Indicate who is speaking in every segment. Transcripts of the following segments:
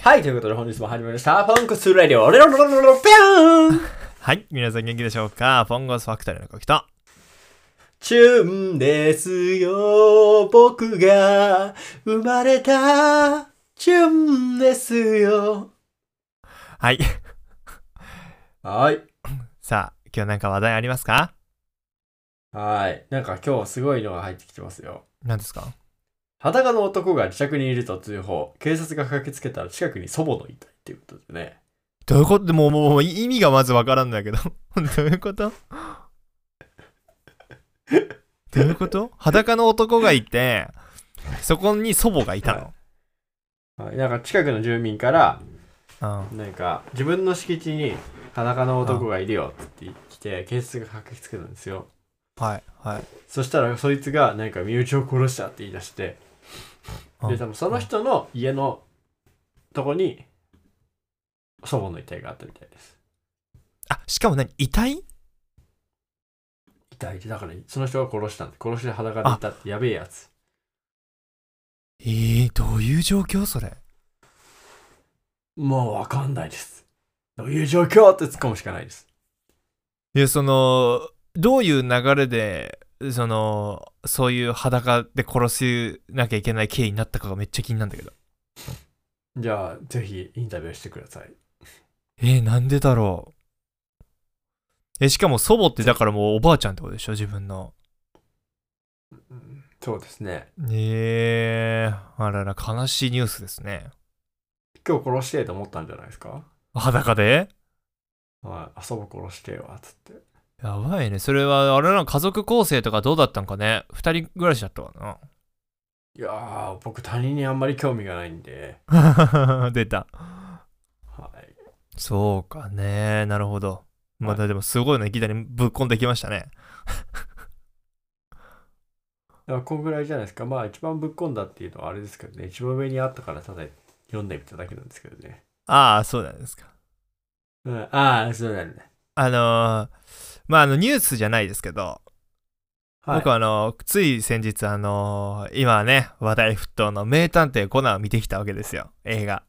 Speaker 1: はい、ということで本日も始まりました。パンクスラディオ、レロロロロロペーン
Speaker 2: はい。皆さん元気でしょうかポンゴスファクトリーのコキと。
Speaker 1: チュンですよ、僕が生まれた、チュンですよ。
Speaker 2: はい。
Speaker 1: はい。
Speaker 2: さあ、今日なんか話題ありますか
Speaker 1: はい。なんか今日すごいのが入ってきてますよ。
Speaker 2: 何ですか
Speaker 1: 裸の男が自宅にいると通報。警察が駆けつけたら近くに祖母の遺体っていうことでね。
Speaker 2: どういうこともう、もうもう、意味がまずわからんだけど。 どういうことどういうこと裸の男がいて、そこに祖母がいた
Speaker 1: はい、なんか近くの住民から、
Speaker 2: の。
Speaker 1: なんか自分の敷地に裸の男がいるよって言ってきて、警察が駆けつけたんですよ。
Speaker 2: うん。はい。はい。
Speaker 1: そしたらそいつがなんか身内を殺したって言い出して
Speaker 2: あ
Speaker 1: で多分その人の家のとこに祖母の遺体があったみたいです
Speaker 2: あ、しかも何遺体
Speaker 1: 遺体でだからその人が殺したんで殺して裸でいたってやべえやつ
Speaker 2: えー、どういう状況それ。
Speaker 1: もうわかんないですどういう状況って突っ込むしかないです
Speaker 2: いや、その、どういう流れで、その、そういう裸で殺せなきゃいけない経緯になったかがめっちゃ気になるんだけど。
Speaker 1: じゃあぜひインタビューしてください
Speaker 2: えーなんでだろう。え、しかも祖母ってだからもうおばあちゃんってことでしょ自分の。
Speaker 1: うんそうですね
Speaker 2: えー、あらら、悲しいニュースですね。
Speaker 1: 今日殺してえと思ったんじゃないですか
Speaker 2: 裸で
Speaker 1: はい、あ祖母殺してえわつって
Speaker 2: やばいね。それは、あれなの家族構成とかどうだったんかね二人暮らしだったか
Speaker 1: いやー僕他人にあんまり興味がないんで
Speaker 2: な 出た。
Speaker 1: はい
Speaker 2: そうかね。なるほど。まだでもすごいね。いきなりぶっこんできましたね。
Speaker 1: だからこんぐらいじゃないですか。まあ一番ぶっ込んだっていうのはあれですけどね。一番上にあったからただ読んでみただけなんですけどね。
Speaker 2: ああ、そうなんですか。
Speaker 1: うん、ああ、そうだね。
Speaker 2: あのーまあ、あの、ニュースじゃないですけど、
Speaker 1: はい。
Speaker 2: 僕あのつい先日あの今ね話題沸騰の「名探偵コナン」を見てきたわけですよ映画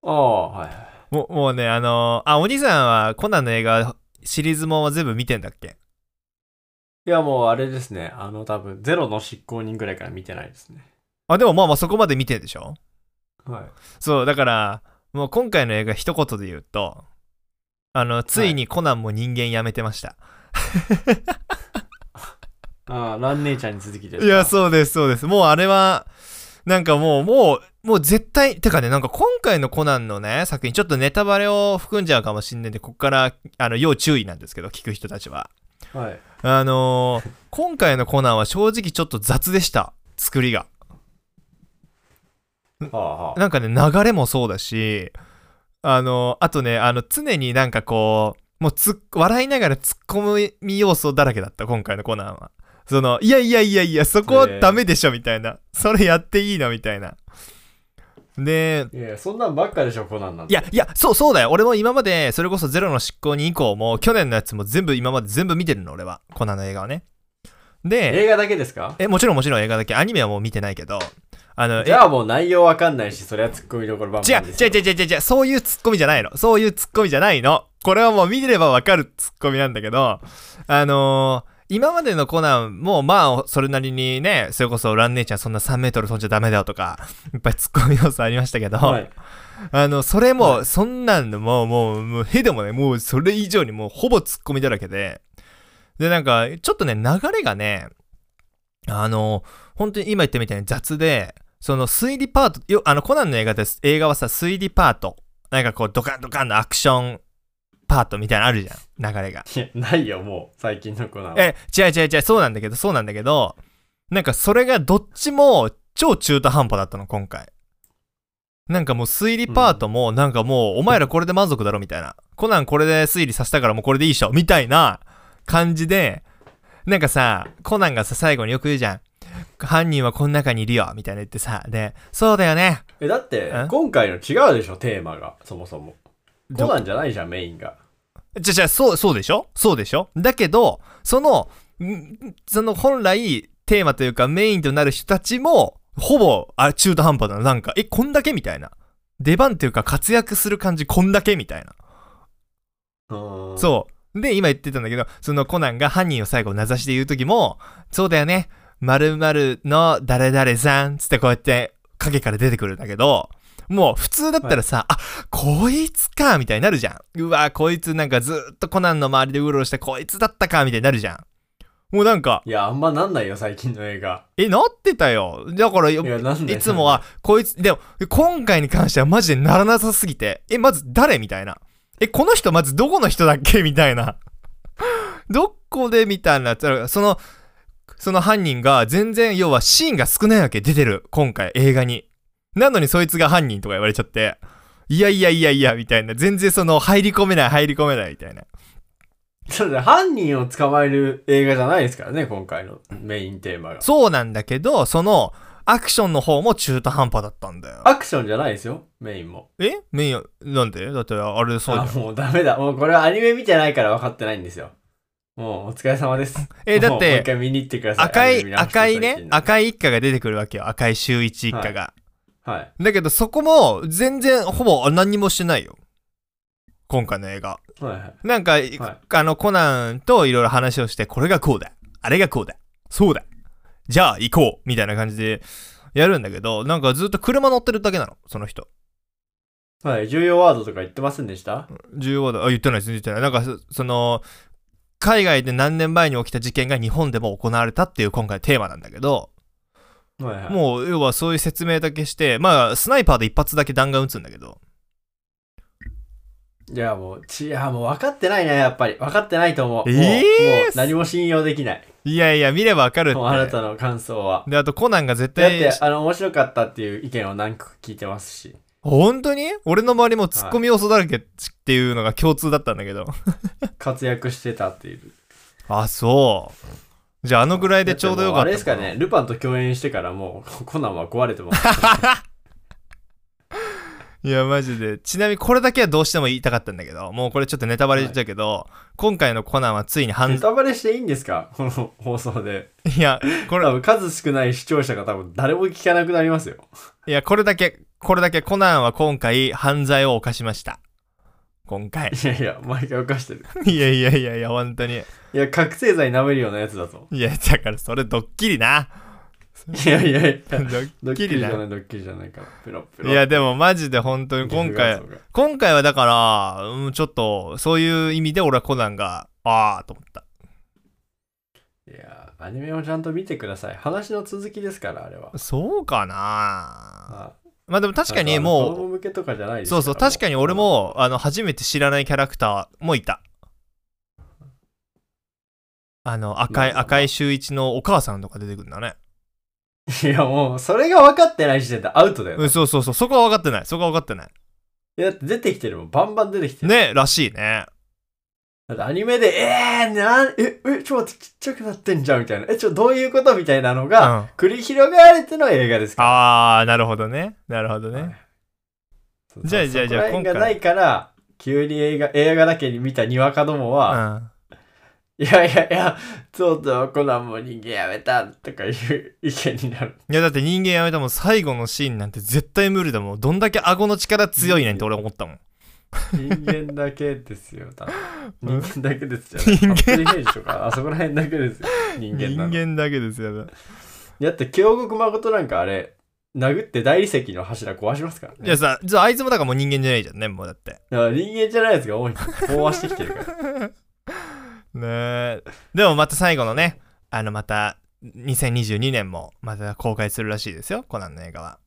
Speaker 1: ああ、はいはい。
Speaker 2: もうもうねあのあお兄さんはコナンの映画シリーズもんは全部見てんだっけ
Speaker 1: いやもうあれですね。あの多分ゼロの執行人ぐらいから見てないですね。
Speaker 2: あでもまあまあそこまで見てんでしょ
Speaker 1: はい。
Speaker 2: そうだからもう今回の映画一言で言うとあのついにコナンも人間やめてました、
Speaker 1: ああ、ラン姉ちゃんに続きですか。
Speaker 2: いやそうですそうですもうあれはなんかもうもうもう絶対てかねなんか今回のコナンのね作品ちょっとネタバレを含んじゃうかもしんないんでこっからあの要注意なんですけど聞く人たちは
Speaker 1: はい。
Speaker 2: あのー今回のコナンは正直ちょっと雑でした作りが
Speaker 1: はあはあ。
Speaker 2: なんかね流れもそうだしあのーあとねあの常になんかこうもうつっ笑いながら突っ込み要素だらけだった今回のコナンはそのいやいやいやいやそこはダメでしょみたいなそれやっていいのみたいなで
Speaker 1: いや、そんなんばっかでしょ、コナンなん
Speaker 2: い
Speaker 1: て。
Speaker 2: や、いや、そう、そうだよ。俺も今まで、それこそゼロの執行人以降も、去年のやつも全部今まで全部見てるの、俺は。コナンの映画をね。で、
Speaker 1: 映画だけですか
Speaker 2: え、もちろんもちろん映画だけ、アニメはもう見てないけど、あの、え、
Speaker 1: じゃあもう内容わかんないし、それはツッコミどころばん
Speaker 2: 違う、
Speaker 1: ばんです
Speaker 2: 違
Speaker 1: よ。
Speaker 2: う違う違う違う違う、そういうツッコミじゃないの。そういうツッコミじゃないの。これはもう見てればわかるツッコミなんだけど、あのー今までのコナンもまあそれなりにねそれこそラン姉ちゃんそんな3メートル飛んじゃダメだよとかいっぱいツッコミ要素ありましたけど、
Speaker 1: はい。
Speaker 2: あの、それも、
Speaker 1: は
Speaker 2: そんなんの、もう、もう、もう、へでもね、もう、それ以上に、もう、ほぼツッコミだらけで、で、なんか、ちょっとね、流れがね、あの、本当に今言ったみたいに雑で、その推理パート、よあの、コナンの映画です。映画はさ、推理パート。なんかこう、ドカンドカンのアクションパートみたいなのあるじゃん、流れが。
Speaker 1: いや、ないよ、もう、最近のコナンは。
Speaker 2: え、違う違う違う、そうなんだけど、そうなんだけど、なんかそれがどっちも超中途半端だったの、今回。なんかもう推理パートも、なんかもう、お前らこれで満足だろ、みたいな。コナンこれで推理させたからもうこれでいいっしょ、みたいな感じで、なんかさ、コナンがさ、最後によく言うじゃん。犯人はこの中にいるよ、みたいな言ってさ、で、そうだよね。
Speaker 1: え、だって
Speaker 2: え、
Speaker 1: 今回の違うでしょ、テーマが、そもそも。コ
Speaker 2: ど
Speaker 1: ナンじゃないじゃん、メインが。
Speaker 2: じゃ、じゃ、そう、そうでしょそうでしょだけど、その、んその本来テーマというかメインとなる人たちも、ほぼ、あ中途半端だな。なんか、え、こんだけみたいな。出番っていうか活躍する感じこんだけみたいな。
Speaker 1: うん
Speaker 2: そう。で、今言ってたんだけど、そのコナンが犯人を最後名指しで言う時も、そうだよね、〇〇の誰々さんつってこうやって影から出てくるんだけど、もう普通だったらさ、あ、こいつか、みたいになるじゃん。うわ、こいつなんかずっとコナンの周りでうろうろして、こいつだったか、みたいになるじゃん。もうなんか、
Speaker 1: いや、あんまなんないよ、最近の映画。
Speaker 2: え、なってたよ。だから、
Speaker 1: いや、なんで
Speaker 2: いつもは、こいつ、でも、今回に関してはマジでならなさすぎて、え、まず誰みたいな。え、この人まずどこの人だっけ みたいな。どこでみたいな。その、その犯人が全然、要はシーンが少ないわけ出てる。今回、映画に。なのにそいつが犯人とか言われちゃって、いやいやいやいや、みたいな。全然その、入り込めない、入り込めない、みたいな。
Speaker 1: そう だね犯人を捕まえる映画じゃないですからね、今回のメインテーマが。
Speaker 2: そうなんだけど、その、アクションの方も中途半端だったんだよ。
Speaker 1: アクションじゃないですよ、メインも。
Speaker 2: えメイン、なんでだって、あれそうじゃ
Speaker 1: あ、
Speaker 2: ん。
Speaker 1: もうダメだ。もうこれはアニメ見てないから分かってないんですよ。もうお疲れ様です。
Speaker 2: え、だっ
Speaker 1: もうもう一
Speaker 2: て、
Speaker 1: 回見に行ってください。
Speaker 2: 赤
Speaker 1: アニメ見
Speaker 2: い、
Speaker 1: 直して
Speaker 2: 赤い
Speaker 1: 最
Speaker 2: ね
Speaker 1: 近、の
Speaker 2: 赤い一家が出てくるわけよ。赤い周一一家が。
Speaker 1: はい。
Speaker 2: だけど、そこも、全然、ほぼ何もしてないよ。今回の映画。
Speaker 1: はいはい。
Speaker 2: なんか、あの、コナンといろいろ話をして、これがこうだ。あれがこうだ。そうだ。じゃあ、行こう。みたいな感じで、やるんだけど、なんかずっと車乗ってるだけなの、その人。
Speaker 1: はい、重要ワードとか言ってませんでした
Speaker 2: 重要だ。あ、言ってないです、言ってない。なんかそ、その、海外で何年前に起きた事件が日本でも行われたっていう今回のテーマなんだけど、
Speaker 1: はいはい。
Speaker 2: もう要はそういう説明だけしてまあスナイパーで一発だけ弾丸撃つんだけど
Speaker 1: いや、もう、ちいや、もう分かってないね、やっぱり。分かってないと思う。
Speaker 2: えー
Speaker 1: もうもう何も信用できない。
Speaker 2: いやいや見ればわかるって
Speaker 1: もうあなたの感想は。
Speaker 2: であとコナンが絶
Speaker 1: だっ
Speaker 2: 対
Speaker 1: て、あの、面白かったっていう意見を何個か聞いてますし。
Speaker 2: 本当に俺の周りもツッコミ要素だらけっていうのが共通だったんだけど
Speaker 1: 活躍してたっていう。
Speaker 2: あそうじゃああのぐらいでちょうどよ
Speaker 1: だても
Speaker 2: かった
Speaker 1: あれですかね、ルパンと共演してからもう、コナンは壊れてます。
Speaker 2: いやマジでちなみにこれだけはどうしても言いたかったんだけどもうこれちょっとネタバレしちゃうけど、今回のコナンはついに
Speaker 1: ネ
Speaker 2: 犯
Speaker 1: タバレしていいんですか この放送で。
Speaker 2: いやこれ
Speaker 1: 多分数少ない視聴者が多分誰も聞かなくなりますよ。
Speaker 2: いやこれだけこれだけコナンは今回犯罪を犯しました今回
Speaker 1: いやいや、毎回犯してる。
Speaker 2: いやいやいやいや、本当に。
Speaker 1: いや、覚醒剤舐めるようなやつだぞ。
Speaker 2: いや、だからそれドッキリな。
Speaker 1: いやいやい
Speaker 2: ド
Speaker 1: や。ド
Speaker 2: ッ
Speaker 1: ッキ
Speaker 2: キリ
Speaker 1: リじ
Speaker 2: な
Speaker 1: ゃ。ない、ドッキリじゃないから。ペロペ
Speaker 2: い
Speaker 1: ロ。
Speaker 2: や、でもマジで本当に今回
Speaker 1: リフ、画像が
Speaker 2: 今回はだから、うん、ちょっと、そういう意味で俺はコナンが、ああ、と思った。
Speaker 1: いや、アニメをちゃんと見てください。話の続きですから、あれは。
Speaker 2: そうかなまあでも確かに
Speaker 1: 子供
Speaker 2: も
Speaker 1: 向けとかじゃないで
Speaker 2: う、
Speaker 1: すから
Speaker 2: そうそう、確かに俺。
Speaker 1: も
Speaker 2: も、あの、初めて知らないキャラクターもいた。あの、赤い、
Speaker 1: まあまあ
Speaker 2: 赤い周一のお母さんとか出てくるんだね。
Speaker 1: いや、もう、それが分かってない時点でアウトだよ
Speaker 2: う
Speaker 1: な。
Speaker 2: ん、そうそうそう、そこは分かってない。そこは分かってない。
Speaker 1: いや、だって出てきてるもん。バンバン出てきてる。
Speaker 2: ね、らしいね。
Speaker 1: だってアニメで、えー、なん、え、え、ちょっと待って、ちっちゃくなってんじゃん、みたいな。え、ちょ、どういうことみたいなの
Speaker 2: う
Speaker 1: が、
Speaker 2: ん。
Speaker 1: 繰り広げられての映画ですから。
Speaker 2: ああ、なるほどね。なるほど
Speaker 1: はい
Speaker 2: ね。じゃあじゃあじゃあ
Speaker 1: そこら辺が
Speaker 2: 今回
Speaker 1: ないから、急に映画、映画だけに見たにわかども
Speaker 2: う
Speaker 1: は、
Speaker 2: ん。
Speaker 1: いやいやいや、そうそう、コナンも人間やめた、とかいう意見になる。
Speaker 2: いや、だって人間やめたもん、最後のシーンなんて絶対無理だもん。どんだけ顎の力強いねんって俺思ったもん。
Speaker 1: 人間だけですよ、多
Speaker 2: うん
Speaker 1: 分。人間だけですよ。
Speaker 2: 人間
Speaker 1: 服部平次とか、あそこら辺だけですよ。人間
Speaker 2: 人
Speaker 1: なの。
Speaker 2: 間だけですよ。
Speaker 1: だって、京極誠なんかあれ、殴って大理石の柱壊しますからね。
Speaker 2: いやさ、じゃああいつもだからもう人間じゃないじゃんね、もうだって。
Speaker 1: だから人間じゃないやつが多いんですよ。飽和してきてるから。
Speaker 2: ねえ。でもまた最後のね、あのまた、2022年もまた公開するらしいですよ、コナンの映画は。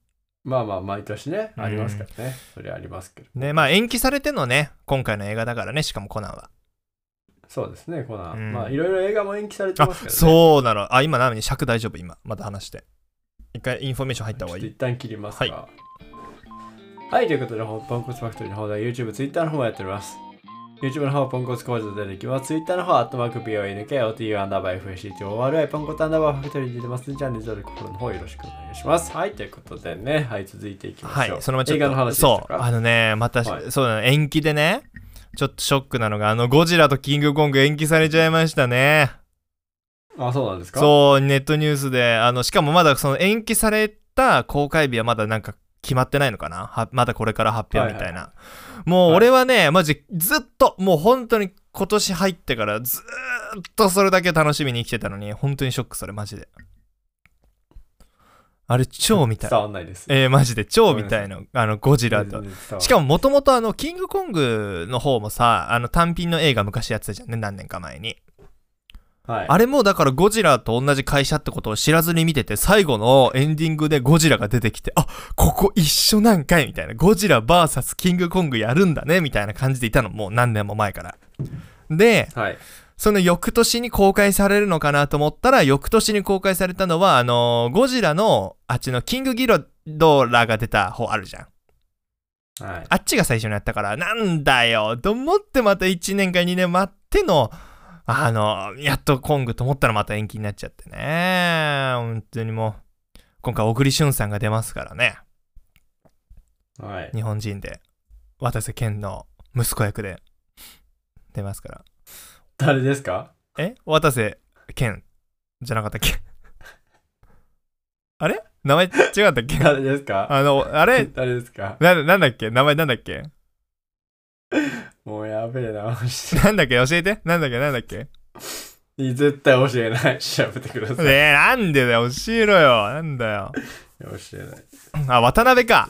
Speaker 1: まあまあ、毎年ね、
Speaker 2: うん
Speaker 1: ありますからね。それありますけど。
Speaker 2: ねまあ延期されてのね、今回の映画だからね、しかもコナンは。
Speaker 1: そうですね、コナ
Speaker 2: うん
Speaker 1: ン。まあ、いろいろ映画も延期されて
Speaker 2: あ
Speaker 1: ます、からね。
Speaker 2: そうなの。あ、今なのに尺大丈夫、今。また話して。一回インフォメーション入った
Speaker 1: ちょ
Speaker 2: 方が
Speaker 1: っ
Speaker 2: い
Speaker 1: と
Speaker 2: い
Speaker 1: 一。旦切ります
Speaker 2: はい
Speaker 1: か。はい、ということで、ほポンコツファクトリーの方では YouTube、Twitter の方もやっております。YouTube の方はポンコツ工場で出てきます。Twitter の方は、アットマーク BONKOTU アンダーバー FACHORI ポンコツアンダーバーファクトリーで出てますので。チャンネル登録、フォローの方よろしくお願いします。はい、ということでね、はい、続いていきま
Speaker 2: は
Speaker 1: しょう。
Speaker 2: い、そのままちょっと
Speaker 1: 映画の話でした
Speaker 2: そう、
Speaker 1: か
Speaker 2: あのね、また、
Speaker 1: はい
Speaker 2: そうだね、延期でね、ちょっとショックなのが、あの、ゴジラとキングコング延期されちゃいましたね。
Speaker 1: あ、そうなんですか
Speaker 2: そう、ネットニュースで、あの、しかもまだその延期された公開日はまだなんか決まってないのかなはまだこれから発表みたいな、もう俺はね、マジずっともう本当に今年入ってからずーっとそれだけ楽しみに生きてたのに本当にショックそれマジであれ超みたい
Speaker 1: 伝わんないです。
Speaker 2: えー、マジで超みたいなあのゴジラとしか
Speaker 1: も、
Speaker 2: ももともとあのキングコングの方もさあの単品の映画昔やってたじゃんね何年か前に
Speaker 1: はい、
Speaker 2: あれもだからゴジラと同じ会社ってことを知らずに見てて最後のエンディングでゴジラが出てきてあここ一緒なんかいみたいなゴジラ VS キングコングやるんだねみたいな感じでいたのもう何年も前からで
Speaker 1: はい。
Speaker 2: その翌年に公開されるのかなと思ったら翌年に公開されたのはあのーゴジラのあっちのキングギドラが出た方あるじゃん
Speaker 1: はい。
Speaker 2: あっちが最初にやったから、なんだよと思ってまた1年か2年待っての、あの、やっとコングと思ったらまた延期になっちゃってね。本当にもう、今回、小栗旬さんが出ますからね。
Speaker 1: はい。
Speaker 2: 日本人で。渡瀬健の息子役で出ますから。
Speaker 1: 誰ですか
Speaker 2: え渡瀬健じゃなかったっけあれ名前違かった っけ
Speaker 1: 誰ですか
Speaker 2: あの、あれ
Speaker 1: 誰ですか
Speaker 2: な、なんだっけ名前なんだっけ
Speaker 1: もうやべえな、マジで
Speaker 2: なんだっけ教えてなんだっけなんだっけ
Speaker 1: 絶対教えない。調べてください。
Speaker 2: ねえ、なんでだよ、教えろよ。なんだよ。
Speaker 1: 教えない。
Speaker 2: あ、渡辺か。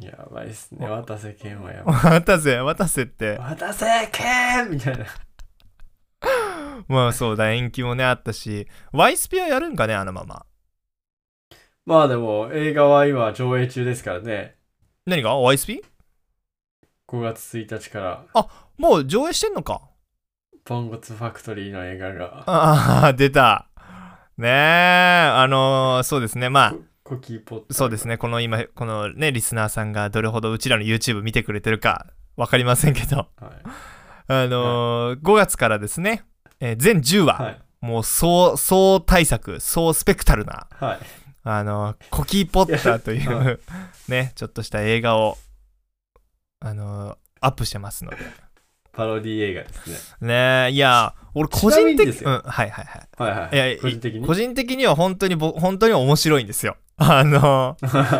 Speaker 1: やばいっすね。渡瀬健はやばい。
Speaker 2: 渡瀬、渡瀬って。
Speaker 1: 渡瀬健みたいな。
Speaker 2: まあそうだ、延期もね、あったし。ワイスピはやるんかね、あのまま。
Speaker 1: まあでも、映画は今上映中ですからね。
Speaker 2: 何がワイスピ
Speaker 1: 5月1日から、
Speaker 2: もう上映してんのか。
Speaker 1: ポンコツファクトリーの映画が、
Speaker 2: ああ、出た。ねえ、あのーそうですね、まあ。
Speaker 1: コキーポット。
Speaker 2: そうですね、この今、このね、リスナーさんがどれほどうちらの YouTube 見てくれてるか、わかりませんけど、
Speaker 1: はい。
Speaker 2: あのー5月からですね、えー全10話、
Speaker 1: はい。
Speaker 2: もう総、総対策、総スペクタルな
Speaker 1: はい。
Speaker 2: あの、コキーポッターと い
Speaker 1: いやは
Speaker 2: う、ね、ちょっとした映画を、あの、アップしてますので。
Speaker 1: パロディ映画ですね。
Speaker 2: ねいや、俺個
Speaker 1: ちなみ
Speaker 2: 人
Speaker 1: に
Speaker 2: 的
Speaker 1: ですよ
Speaker 2: うん、はいはいはい。
Speaker 1: はいはい。
Speaker 2: いやい
Speaker 1: 個人的に
Speaker 2: 個。人的には本当にぼ、本当に面白いんですよ。 あ の、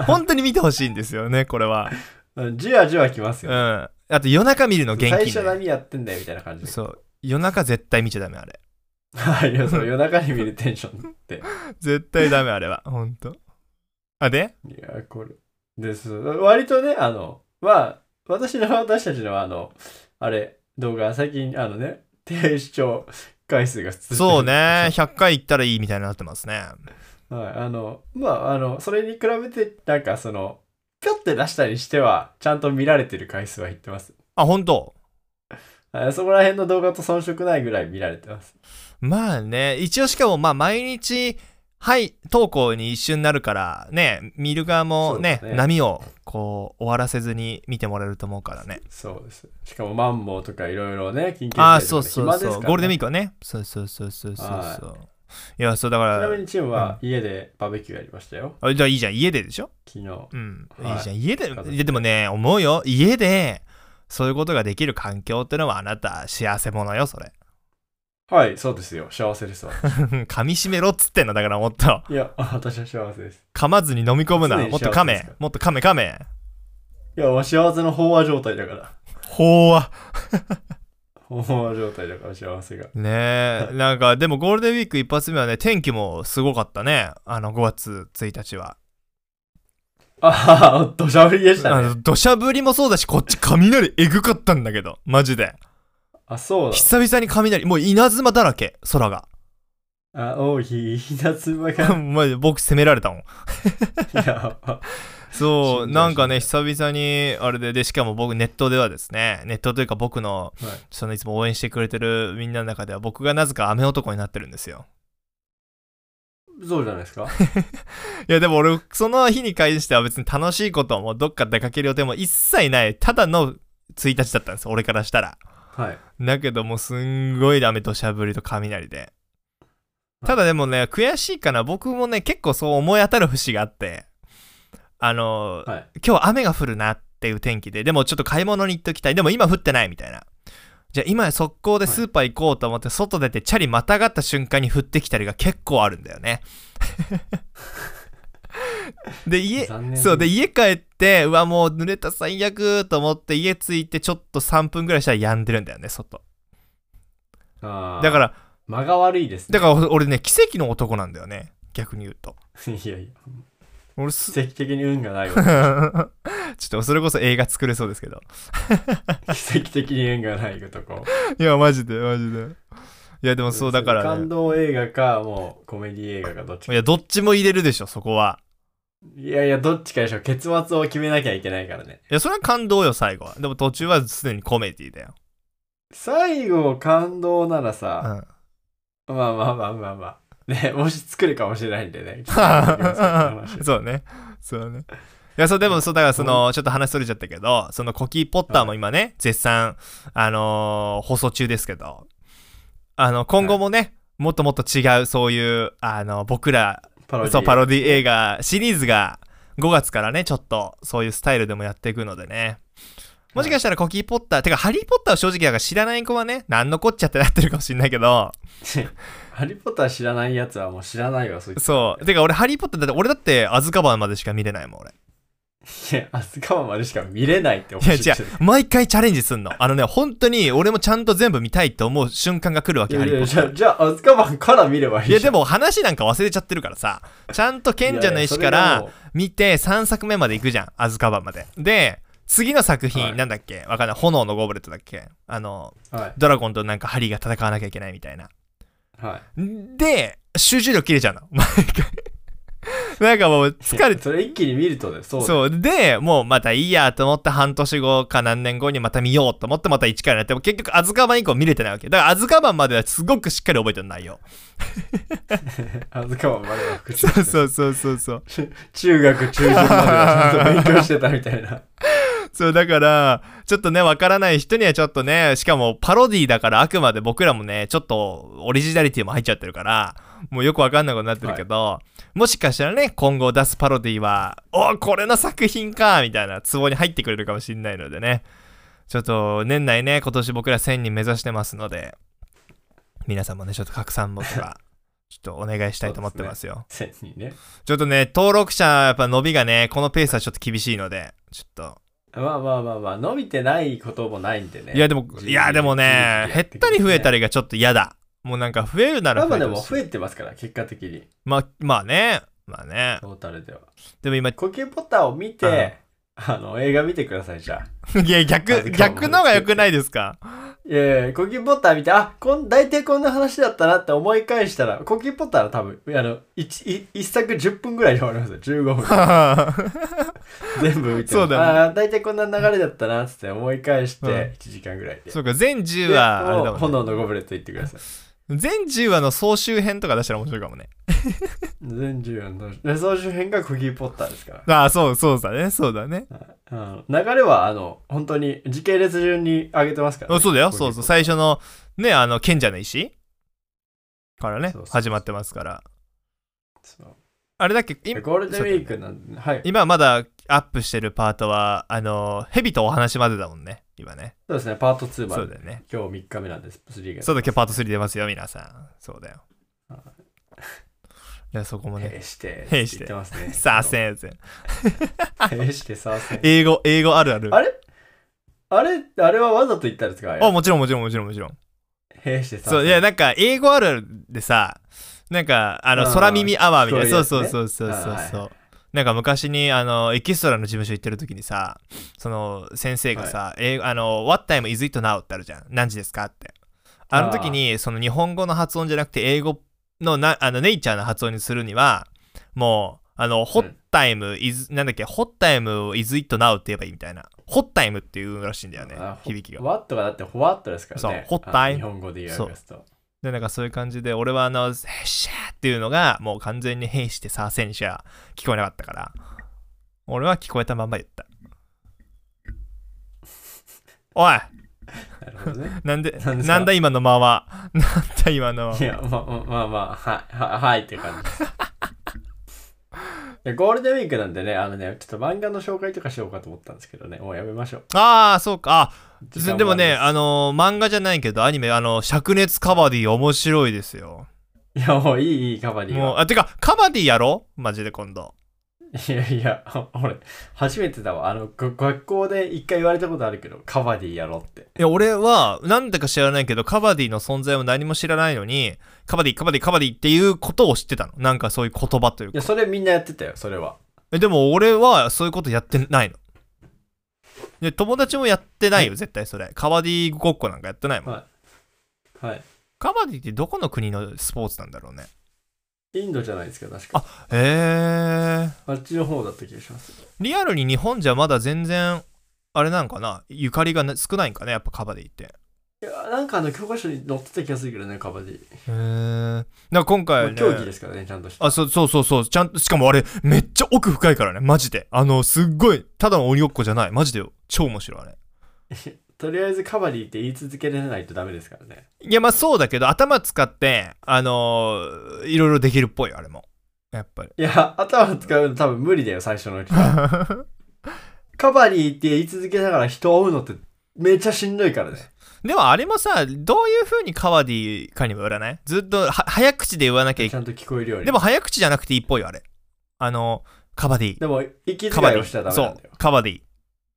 Speaker 2: 本当に見てほしいんですよね、これは。
Speaker 1: うんじわじわきます
Speaker 2: う
Speaker 1: よ。
Speaker 2: ん。あと、夜中見るの元
Speaker 1: 最
Speaker 2: 気
Speaker 1: 初
Speaker 2: ね。
Speaker 1: 何やってんだよみたいな感じで。
Speaker 2: そう。夜中絶対見ちゃダメ、あれ。
Speaker 1: はい。いやその夜中に見るテンションって。
Speaker 2: 絶対ダメ、あ れは。本当あ、で
Speaker 1: いや、これ。です。割とね、あの、まあ、私の、私たちの、あの、あれ、動画、最近、あのね、低視聴回数が普通
Speaker 2: そうね、。100回行ったらいいみたいになってますね。
Speaker 1: はい。あの、まあ、あの、それに比べて、なんか、その、ぴょって出したりしては、ちゃんと見られてる回数は減ってます。
Speaker 2: あ、本当
Speaker 1: はいそこら辺の動画と遜色ないぐらい見られてます。
Speaker 2: まあね、一応しかもまあ毎日、はい、投稿に一瞬なるから、ね、見る側もね、
Speaker 1: そうですね
Speaker 2: 波をこう終わらせずに見てもらえると思うからね。
Speaker 1: そうです。しかも、マンボウとかいろいろね、緊急事態と
Speaker 2: あ
Speaker 1: か
Speaker 2: あ、
Speaker 1: で
Speaker 2: そうそう
Speaker 1: 暇
Speaker 2: そ
Speaker 1: で
Speaker 2: う、
Speaker 1: すからね
Speaker 2: ゴールデンウィークはね。そうそうそうそうそう
Speaker 1: は
Speaker 2: そう。いや、そうだか
Speaker 1: ちな
Speaker 2: ら
Speaker 1: み、にチームは家でバーベキューやりましたよ、
Speaker 2: あじゃあいいじゃん、家ででしょ
Speaker 1: 昨日。
Speaker 2: うん、
Speaker 1: はい
Speaker 2: いいじゃん、家で、
Speaker 1: 家族で
Speaker 2: いやでもね、思うよ、家で、そういうことができる環境ってのはあなた幸せ者よ、それ。
Speaker 1: はい、そうですよ。幸せですわ。
Speaker 2: 噛み締めろっつってんの、だからもっと。
Speaker 1: い や、私は幸せです。
Speaker 2: 噛まずに飲み込むな。
Speaker 1: 常に
Speaker 2: もっと
Speaker 1: 幸
Speaker 2: 噛
Speaker 1: せですか
Speaker 2: め
Speaker 1: ら。
Speaker 2: もっと噛め噛め。
Speaker 1: いや、もう幸せの飽和状態だから。
Speaker 2: ほうわ。
Speaker 1: 飽和状態だから、幸せが。
Speaker 2: ねえ、なんかでもゴールデンウィーク一発目はね、天気もすごかったね、あの5月1日は。
Speaker 1: あはは、土砂降りでした
Speaker 2: あ
Speaker 1: ね。
Speaker 2: の土砂降りもそうだし、こっち雷えぐかったんだけど、マジで。
Speaker 1: あ、そう
Speaker 2: 久々に雷、もう稲妻だらけ、空が。
Speaker 1: だ。あ、おう、ひ、ひなつば が。
Speaker 2: マジで僕責められたもん。
Speaker 1: やば。
Speaker 2: そう、
Speaker 1: 信じられない
Speaker 2: なんかね、久々に、あれで、で、しかも僕、ネットではですね、ネットというか僕の、
Speaker 1: はい
Speaker 2: そのいつも応援してくれてるみんなの中では、僕がなぜか雨男になってるんですよ。
Speaker 1: そうじゃないですか。
Speaker 2: いやでも俺その日に関しては別に楽しいこともどっか出かける予定も一切ないただの1日だったんです俺からしたら
Speaker 1: はい。
Speaker 2: だけどもうすんごい雨土砂降りと雷でただでもね悔しいかな僕もね結構そう思い当たる節があってあの、
Speaker 1: はい
Speaker 2: 今日雨が降るなっていう天気ででもちょっと買い物に行っときたいでも今降ってないみたいなじゃあ今速攻でスーパー行こうと思って外出てチ ャリまたがった瞬間に降ってきたりが結構あるんだよねで家
Speaker 1: 残念
Speaker 2: そうで家帰ってうわもう濡れた最悪と思って家着いてちょっと3分ぐらいしたら止んでるんだよね外
Speaker 1: あー
Speaker 2: だから
Speaker 1: 間が悪いですね
Speaker 2: だから俺ね奇跡の男なんだよね逆に言うと
Speaker 1: ら いやいや
Speaker 2: 俺す ち
Speaker 1: 奇跡的に運がないわ
Speaker 2: ょっとそれこそ映画作れそうですけど
Speaker 1: 奇跡的に運がない男
Speaker 2: いやマジでマジでいやでもそうだから、
Speaker 1: 感
Speaker 2: ね、
Speaker 1: 動映画かもうコメディ映画かどっち
Speaker 2: い
Speaker 1: か
Speaker 2: やどっちも入れるでしょそこはい
Speaker 1: やいやどっちかでしょ結末を決めなきゃいけないからね
Speaker 2: いやそれは感動よ最後はでも途中はすでにコメディだよ、
Speaker 1: 最後感動なら
Speaker 2: う
Speaker 1: さ、
Speaker 2: ん、
Speaker 1: まあまあまあまあまあ ねもし作るかもしれないんでね
Speaker 2: そうね。そうね。いや、そう、でも、そう、だから、その、ちょっと話それちゃったけど、その、コキーポッターも今ね、絶賛、あのー放送中ですけど、あの、今後もね、もっともっと違う、そういう、あの、僕ら、
Speaker 1: パロディ
Speaker 2: そう、パ
Speaker 1: ロ
Speaker 2: ロディ映画シリーズが、5月からね、ちょっと、そういうスタイルでもやっていくのでね。もしかしたら、コキーポッター、てか、ハリー・ポッターを正直、だから知らない子はね、なんのこっちゃってなってるかもしんないけど、
Speaker 1: ハリーポッター知らないやつはもう知らないわそいつ
Speaker 2: そう。てか、俺、ハリー・ポッターだって、俺だって、アズカバンまでしか見れないもん、俺。
Speaker 1: いや、アスカバンまでしか見れないって思
Speaker 2: いや
Speaker 1: っ
Speaker 2: 違う毎回チャレンジすんのあのね本当に俺もちゃんと全部見たいと思う瞬間が来るわけハリー・ポッ
Speaker 1: じ
Speaker 2: タ
Speaker 1: ゃ
Speaker 2: ー
Speaker 1: あ、じゃあ、アスカバンから見ればいい
Speaker 2: い
Speaker 1: じゃ
Speaker 2: や
Speaker 1: ん。
Speaker 2: でも話なんか忘れちゃってるからさちゃんと賢者の石か
Speaker 1: いやいや
Speaker 2: ら見て3作目まで行くじゃんアズカバンまでで次の作品、
Speaker 1: はい
Speaker 2: なんだっけわかんない炎のゴブレットだっけあの
Speaker 1: それはも
Speaker 2: ドラゴンとなんかハリーが戦わなきゃいけないみたいな
Speaker 1: うはい。はい。
Speaker 2: で集中力切れちゃうの 毎回なんかもう疲れ
Speaker 1: それ一気に見るとね、そうだよ。
Speaker 2: そうでもうまたいいやと思って半年後か何年後にまた見ようと思ってまた一からやっても結局アズカバン以降見れてないわけだからアズカバンまではすごくしっかり覚えてる内容
Speaker 1: アスカバンまでは復習
Speaker 2: そうそうそうそうそう
Speaker 1: 中学、中学まではちゃんと勉強してたみたいな。
Speaker 2: そうだからちょっとねわからない人にはちょっとねしかもパロディだからあくまで僕らもねちょっとオリジナリティも入っちゃってるからもうよくわかんないことになってるけど、もしかしたらね今後出すパロディはおこれの作品かみたいなツボに入ってくれるかもしれないのでねちょっと年内ね今年僕ら1000人目指してますので皆さんもねちょっと拡散もとか ちょっとお願いしたいと思ってますよ
Speaker 1: 千人ね。
Speaker 2: ちょっとね登録者やっぱ伸びがねこのペースはちょっと厳しいのでちょっと
Speaker 1: まあまあまあまあ、伸びてないこともないんでね。
Speaker 2: いやでも、
Speaker 1: 自由
Speaker 2: いやでもね、
Speaker 1: 自由
Speaker 2: 減
Speaker 1: に
Speaker 2: っ
Speaker 1: やっていく
Speaker 2: たり増えたりがちょっと嫌だ。もうなんか増えるな
Speaker 1: ま
Speaker 2: ら
Speaker 1: あま
Speaker 2: 増
Speaker 1: あで
Speaker 2: えてほ
Speaker 1: も
Speaker 2: しい
Speaker 1: 増えてますから、結果的に。
Speaker 2: まあ、まあね、まあね。
Speaker 1: トータルでは。
Speaker 2: で も今、
Speaker 1: 呼吸ポッターを見て、あの、映画見てください、じゃあ。
Speaker 2: いや逆、逆の方が良くないで すか
Speaker 1: いやいや、コッキーポッター見て、あ、こん、大体こんな話だったなって思い返したら、コッキーポッターは多分、あの、一、い一作10分ぐらいで終わりますよ。15 分。全部見ても。
Speaker 2: そうだよね
Speaker 1: あー大体こんな流れだったなっつって思い返して、
Speaker 2: うん
Speaker 1: 1時間ぐらいで。
Speaker 2: そうか、全10
Speaker 1: で
Speaker 2: 話、あれだ
Speaker 1: もう
Speaker 2: もんね。
Speaker 1: 炎のゴブレット行ってください。
Speaker 2: 全10話の総集編とか出したら面白いかもね。
Speaker 1: 全14の、で総集編がコッキーポッターですから。
Speaker 2: ああ、そう、そうだね、そうだね。
Speaker 1: うん、流れは、あの、本当に時系列順に上げてますから、
Speaker 2: あそうだよ、そうそう。最
Speaker 1: 初。
Speaker 2: 初の、ね、あの、賢者の石から
Speaker 1: そ
Speaker 2: ね
Speaker 1: うそう、そう
Speaker 2: 始まってますから。
Speaker 1: そう
Speaker 2: あれだっけ、今
Speaker 1: ゴールデンウィークなんで、はい。
Speaker 2: 今まだアップしてるパートは、あの、蛇とお話までだもんね、今ね。
Speaker 1: そうですね、パート2ま
Speaker 2: そう
Speaker 1: で。
Speaker 2: だよね。
Speaker 1: 今日3日目なんです、3が。
Speaker 2: そうだ、今日パート3出ますよ、皆さん。そうだよ
Speaker 1: はい。
Speaker 2: いや、そこもね。
Speaker 1: へして、
Speaker 2: へして
Speaker 1: 言ってますね。
Speaker 2: さあせんせん。
Speaker 1: へして、さあせん。
Speaker 2: 英語、英語あるある
Speaker 1: あ。れあれ、あれはわざと言ったんですかあれ
Speaker 2: あ、もちろん、もちろん、もちろん、もちろん。
Speaker 1: へして、さあせん。
Speaker 2: そう、いや、なんか、英語あるあるでさ、なんか、あ
Speaker 1: う
Speaker 2: の、
Speaker 1: ん
Speaker 2: 空耳アワーみたい
Speaker 1: そ
Speaker 2: な。そ
Speaker 1: いう
Speaker 2: う
Speaker 1: うやつね
Speaker 2: そうそうそうそう
Speaker 1: はい
Speaker 2: そ
Speaker 1: は
Speaker 2: う。なんか昔にあのエキストラの事務所行ってる時にさその先生がさ「英語あの What time is it now?」ってあるじゃん何時ですかってあの時にその日本語の発音じゃなくて英語のなあのネイチャーの発音にするにはもうあの「ホッタイム is、なんだっけ「ホッタイム is it now」って言えばいいみたいな「ホッタイム」っていうらしいんだよね
Speaker 1: あ
Speaker 2: 響きが
Speaker 1: ほワットがだって、ホワットですからね。
Speaker 2: そうホッタイ
Speaker 1: あの日本語で言うやつと。
Speaker 2: でなんかそういう感じで俺はあの「へっしゃ」っていうのがもう完全に「へいしてさあせんしゃ」聞こえなかったから俺は聞こえたまんま言ったおい
Speaker 1: なるほど ね。
Speaker 2: なんで
Speaker 1: なんですか
Speaker 2: なんだ今の間は なんだ今の
Speaker 1: い
Speaker 2: 間
Speaker 1: や、ま、ままあまあ、はい、ははいって感じです。 いやゴールデンウィークなんでね、あのね、ちょっと漫画の紹介とかしようかと思ったんですけどね、もうやめましょう。
Speaker 2: ああそうか
Speaker 1: 時間
Speaker 2: あでもね
Speaker 1: あ
Speaker 2: あの漫画じゃないけどアニメあの灼熱カバディ面白いですよ
Speaker 1: るんでいや、もういい、いい、カバディ
Speaker 2: もう
Speaker 1: は。
Speaker 2: あてかカバディやろマジで今度
Speaker 1: いやいや、俺、初めてだわ。あの、ご学校で一回言われたことあるけど、カバディやろうって。
Speaker 2: いや、俺は、なんだか知らないけど、カバディの存在を何も知らないのに、カバディ、カバディ、カバディっていうことを知ってたの。なんかそういう言葉という
Speaker 1: いや、
Speaker 2: か。
Speaker 1: それみんなやってたよ、それは。
Speaker 2: えでも、俺はそういうことやってないの。で、友達もやってないよ、絶対それ。カバディごっこなんかやってないもん。
Speaker 1: はい。はい。
Speaker 2: カバディってどこの国のスポーツなんだろうね。
Speaker 1: インドじゃないですか、確か。
Speaker 2: へえ。
Speaker 1: あっちの方だった気がします。
Speaker 2: リアルに日本じゃまだ全然、あれなんかな、ゆかりがな少ないんかね、やっぱカバディって。
Speaker 1: いや、なんかあの、教科書に載ってた気がするけどね、カバディ。
Speaker 2: へえ。だから今
Speaker 1: ま
Speaker 2: 回
Speaker 1: あ
Speaker 2: はね、
Speaker 1: 競技ですからね、ちゃんとした。
Speaker 2: あ、そうそうそうそう。ちゃんと、しかもあれ、めっちゃ奥深いからね、マジで。あの、すっごい、ただの鬼ごっこじゃない。マジでよ。超面白い、あれ。
Speaker 1: とりあえずカバディって言い続けられないとダメですからね。
Speaker 2: いや、まあそうだけど、頭使って、あのーいろいろできるっぽい、あれも。やっぱり。
Speaker 1: いや、頭使うの多分無理だよ、最初のうちは。 カバディって言い続けながら人を追うのってめっちゃしんどいからね。
Speaker 2: でもあれもさ、どういう風にカバディかにもよらないずっとは、早口で言わなきゃい
Speaker 1: ち
Speaker 2: け
Speaker 1: ゃんと聞こえるように。
Speaker 2: でも、早口じゃなくていいっぽいよ、あれ。あの、カバディ。
Speaker 1: でも、息
Speaker 2: カバ
Speaker 1: 遣い
Speaker 2: デ
Speaker 1: をしちゃ
Speaker 2: ィ。
Speaker 1: ダメ
Speaker 2: そ
Speaker 1: なん
Speaker 2: う
Speaker 1: だよ。。
Speaker 2: カバディ。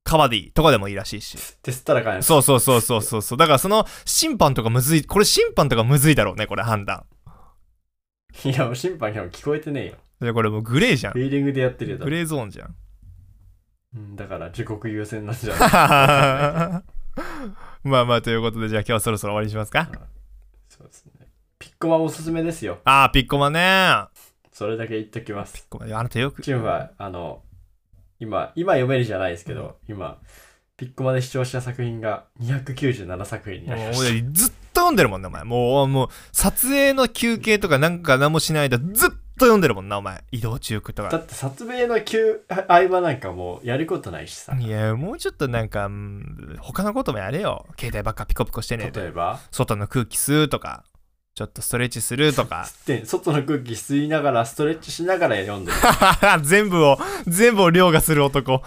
Speaker 2: カバディとかでもいいらしいし。
Speaker 1: ってすったらかんやつ
Speaker 2: そうそうそうそうそうそう。だからその審判とかむずい、これ審判とかむずいだろうね、これ判断。
Speaker 1: いや、審判にも聞こえてねえよ。
Speaker 2: でこれもうグレーじゃん
Speaker 1: フ。ィーリングでやってるよ。だ
Speaker 2: グレーゾーンじゃん。
Speaker 1: うんだから、時刻優先なんじゃない
Speaker 2: まあまあということで、じゃあ今日はそろそろ終わりにしますか。
Speaker 1: そうですね。ピッコマおすすめですよ。
Speaker 2: ああ、ピッコマね。
Speaker 1: それだけ言っときます。
Speaker 2: ごめんあなたよく。
Speaker 1: チームは、あの、今、今読めるじゃないですけど、今、ピッコマで視聴した作品が297作品に
Speaker 2: も
Speaker 1: なりま
Speaker 2: う
Speaker 1: した。
Speaker 2: 俺ずっと読んでるもんな、お前。もう、もう、撮影の休憩とかなんか何もしない間、ずっと読んでるもんな、お前。移動中と
Speaker 1: だ
Speaker 2: か。
Speaker 1: って、撮影の急合間なんかもうやることないしさ。
Speaker 2: いや、もうちょっとなんか、うん他のこともやれよ。携帯ばっかピコピコしてねえ
Speaker 1: 例
Speaker 2: で。
Speaker 1: えば、
Speaker 2: 外の空気吸うとか、ちょっとストレッチするとか。
Speaker 1: で外の空気吸いながら、ストレッチしながら読ん でる。
Speaker 2: 全部を、全部を凌駕する男。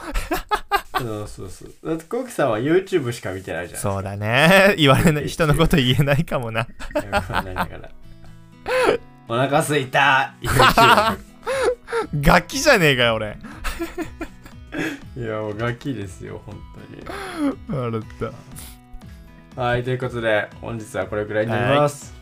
Speaker 1: そうそうそう。だって、コウキさんは YouTube しか見てないじゃん。
Speaker 2: そうだね。 言われない、人のこと言えないかもな。
Speaker 1: いやわかんないから。お腹すい た YouTube
Speaker 2: 楽器じゃねえかよ、俺。
Speaker 1: いや、もうガキですよ、本当に。
Speaker 2: 笑った。
Speaker 1: はい、ということで、本日はこれくらいになります。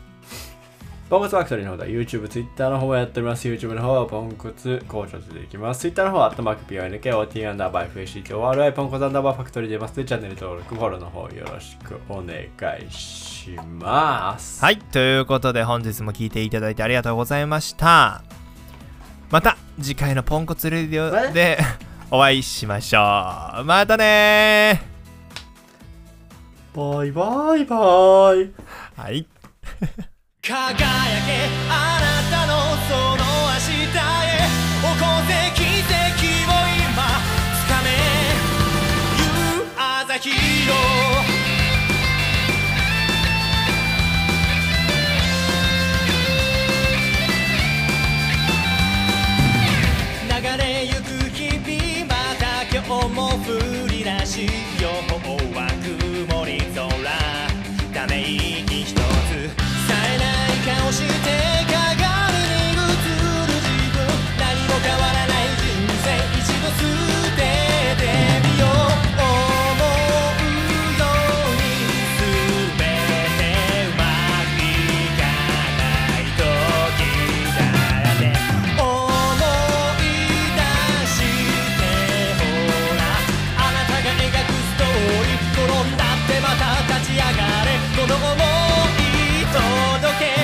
Speaker 1: ポンコツファクトリーの方では YouTube、Twitter の方もやっております。YouTube の方はポンコツ工場でできます。Twitter の方は、アットマーク PONKOT アンダーバー FACTORI ポンコツアンダーバーファクトリーでますで、チャンネル登録、フォローの方よろしくお願いします。
Speaker 2: はい、ということで本日も聞いていただいてありがとうございました。また次回のポンコツレディオで お会いしましょう。またね
Speaker 1: バイバイバイ。
Speaker 2: ーはい。
Speaker 3: 輝けあなたのその明日へ起こせ奇跡を今つかめ You are the hero 流れゆく日々また今日も降り出し予報は曇り空ため息一つ冴えない顔して鏡に映る自分何も変わらない人生一度捨ててみよう思うように全てうまくいかない時だって思い出してほらあなたのが描くストーリー転んだってまた立ち上がれこの想い届け輝く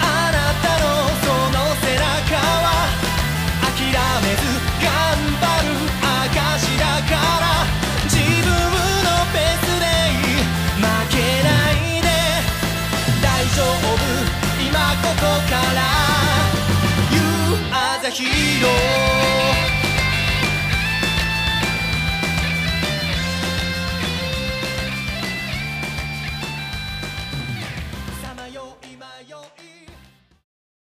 Speaker 3: あなたのその背中は諦めず頑張る証だから自分のペースでいい負けないで大丈夫今ここから You are the hero